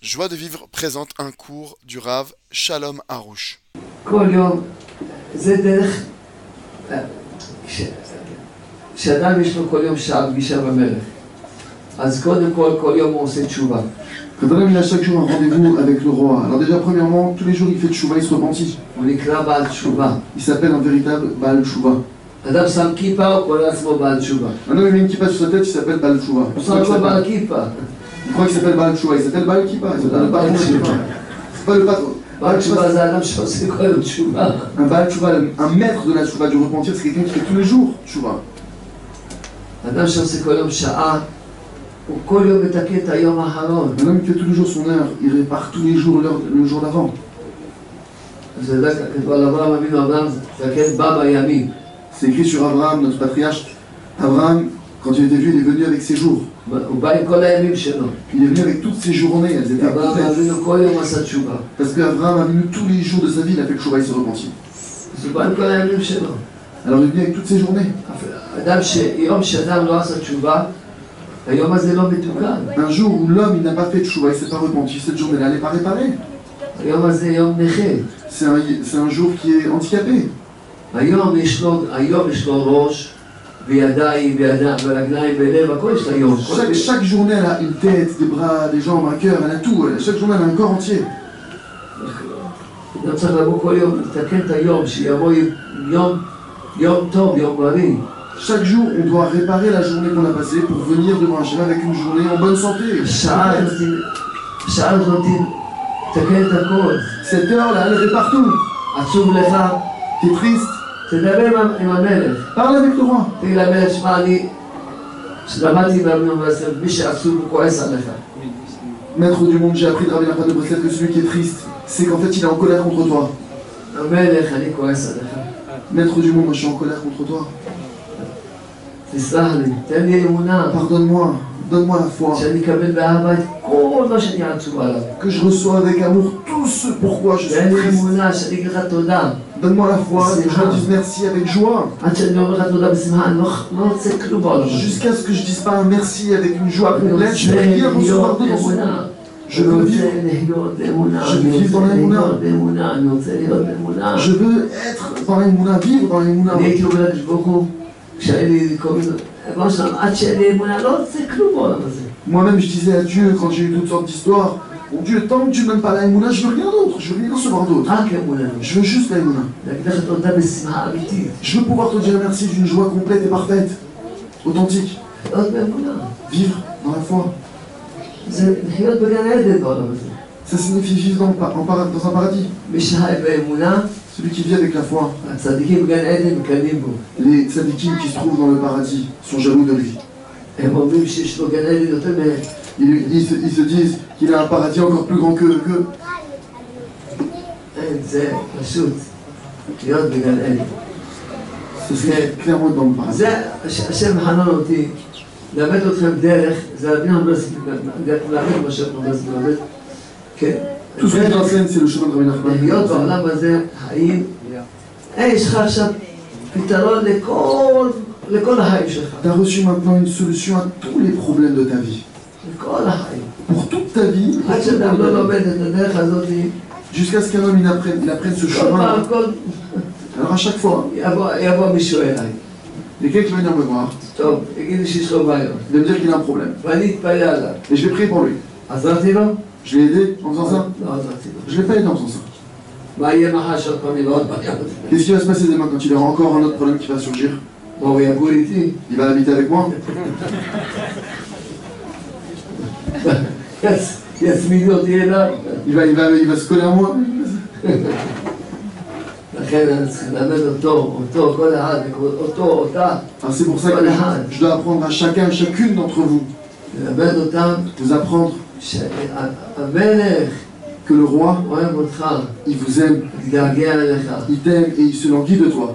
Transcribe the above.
Joie de vivre présente un cours du Rav Shalom Harouche. כל יום, זה דרך, אה, כש- כשאדם יש לו כל יום שעה פגישה במלך, אז קודם כל, כל יום הוא עושה תשובה. Quand un homme il a chaque jour un rendez-vous avec le roi, alors déjà premièrement, tous les jours il fait tchouva, il se repentit. הוא נקרא בעל תשובה. Il s'appelle un véritable Baal Tchouva. אדם שם כיפה, הוא קורא לעצמו בעל תשובה. Un homme il met une kippa sur sa tête, il s'appelle Baal Tchouva. הוא שם לו בעל כיפה. Il croit qu'il s'appelle Baal Tchouva, il s'appelle Baal Kippa, il s'appelle le patron. Baal Tchouva. C'est pas le patron. בעל Baal Tchouva, תשובה זה אדם שעושה כל יום תשובה. c'est un Baal Tchouva, un maître de la Tchouva, du repentir, c'est quelqu'un qui fait tous les jours Tchouva. אדם שעושה כל יום שעה, הוא כל יום מתקן את היום האחרון. Un homme qui fait tous les jours son heure, il répare tous les jours l'heure, le jour d'avant. אז אתה יודע, כתוב על אברהם אבינו, אברהם זקן בא בימים. C'est écrit sur Abraham, notre patriarche. Abraham, quand il était vieux, il est venu avec ses jours. הוא בא עם כל הימים שלו. Il est venu avec toutes ses journées, elles étaient אברהם complètes. אבינו כל יום עשה תשובה. Parce qu'Abraham a venu tous les jours de sa vie, il a fait le Tchouva, il se repentit. אז הוא בא עם כל הימים שלו. Alors il est venu avec toutes ses journées. אדם ש... יום שאדם לא עשה תשובה, היום הזה לא מתוקן. Un jour où l'homme il n'a pas fait de chouva, il s'est pas repenti, cette journée-là elle n'est pas réparée. היום הזה יום נכה. C'est un, c'est un jour qui est handicapé. היום יש לו, היום יש לו ראש, וידיים, וידיים, ורגליים, ולב, הכל יש לו היום. כל- Chaque, chaque journée elle a une tête, des bras, des jambes, un cœur, elle a tout. Elle- chaque journée elle a un corps entier. אדם לא צריך לבוא כל יום, לתקן את היום, שיבוא עם יום, יום טוב, יום בריא. Chaque jour on doit réparer la journée qu'on a passée pour venir devant Hachem avec une journée en bonne santé. השעה הזאת, השעה הזאת, לא תקן את הכל. Cette heure-là elle répare tout. עצוב לך, T'es triste, תדבר עם ה- עם המלך. parle avec le roi. תגיד למלך, שמע, אני למדתי באוניברסיטה, מי שעשו הוא כועס עליך. Maître du monde, j'ai appris de Rabbi Nachman de Breslev que celui qui est triste, c'est qu'en fait il est en colère contre toi. המלך, אני כועס עליך. Maître du monde, moi je suis en colère contre toi. תסלח לי, תן לי אמונה, Pardonne-moi, donne-moi la foi. שאני אקבל באהבה את כל מה שאני עצוב עליו. que je reçois avec amour tout ce pourquoi je תן לי suis triste. אמונה, שאני אגיד לך תודה. Donne-moi la foi, C'est que je rare. dise merci avec joie, עד שאני אומר לך תודה בשמחה, אני לא לא רוצה כלום בעולם. הזה. jusqu'à ce que je dise pas un merci avec une joie אני complète. Je רוצה veux rien recevoir להיות de son באמונה. Je אני veux רוצה vivre. להיות באמונה. Je אני veux vivre רוצה dans l'émouna. להיות באמונה. אני רוצה להיות באמונה. Je veux être dans l'Emouna, vivre dans l'Emouna. אני הייתי אומר לקדוש ברוך הוא, כשהיה לי כל מיני... אמר שם, עד שאין לי אמונה, לא רוצה כלום בעולם הזה. Moi-même, je disais à Dieu quand j'ai eu toutes sortes d'histoires Mon Dieu, tant que tu ne m'aimes pas l'Emouna, je veux rien d'autre, je veux rien recevoir d'autre. רק אמונה. Je veux juste l'Emouna. להגיד לך תודה בשמחה אמיתית. Je veux pouvoir te dire merci d'une joie complète et parfaite, authentique. להיות באמונה. Vivre dans la foi. זה לחיות בגן עדן בעולם הזה. Ça signifie vivre dans, le pa- en para- dans un paradis. מי שחי באמונה, Celui qui vit avec la foi. הצדיקים בגן עדן מקנאים בו. Les tzadikim qui se trouvent dans le paradis sont jaloux de lui. הם אומרים שיש לו גן עדן יותר מהם. Ils, ils se, ils se disent qu'il a un paradis encore plus grand qu'eux. qu'eux. אין, זה פשוט להיות בגן עדן. C'est ce qui est clairement dans le paradis. זה, הש- השם מחנן אותי, ללמד אתכם דרך, זה רבי נחמן ברסלב, ללמד מה שרבי נחמן ברסלב מלמד, כן. Tout ce que דרך- je t'enseigne, c'est le chemin de Rabbi להיות Nachman. בעולם הזה חיים, אה, יש לך עכשיו פתרון לכל, לכל החיים שלך, Tu as reçu maintenant une solution à tous les problèmes de ta vie. לכל החיים. Pour toute ta vie, pour עד tout le שאדם לא monde. לומד את הדרך הזאת, jusqu'à ce qu'un homme il apprenne, il apprenne ce כל chemin. פעם, כל... Alors à chaque fois, יבוא, יבוא מישהו אליי, il y a quelqu'un qui va venir me voir, טוב, יגיד לי שיש לו בעיות, il va me dire qu'il a un problème. ואני אתפלא עליו. Et je vais prier pour lui. עזרתי לו? Je l'ai aidé en faisant ça. לא עזרתי לו. Je l'ai pas aidé en faisant ça. מה יהיה מחר שעוד פעם יהיה לו עוד בעיות? Qu'est-ce qui va se passer demain quand il aura encore un autre problème qui va surgir מה, הוא יגור איתי? Il va habiter avec moi יצ- יצמיד אותי אליו? Il va, il va, il va se coller à moi. לכן אני צריך ללמד אותו, אותו, כל אחד, אותו, אותה, Alors, c'est pour ça que je, je dois apprendre à chacun, chacune d'entre vous, ללמד אותם vous apprendre שהמלך que le roi, אוהב אותך, il vous aime, מתגעגע אליך. il t'aime et il se languit de toi.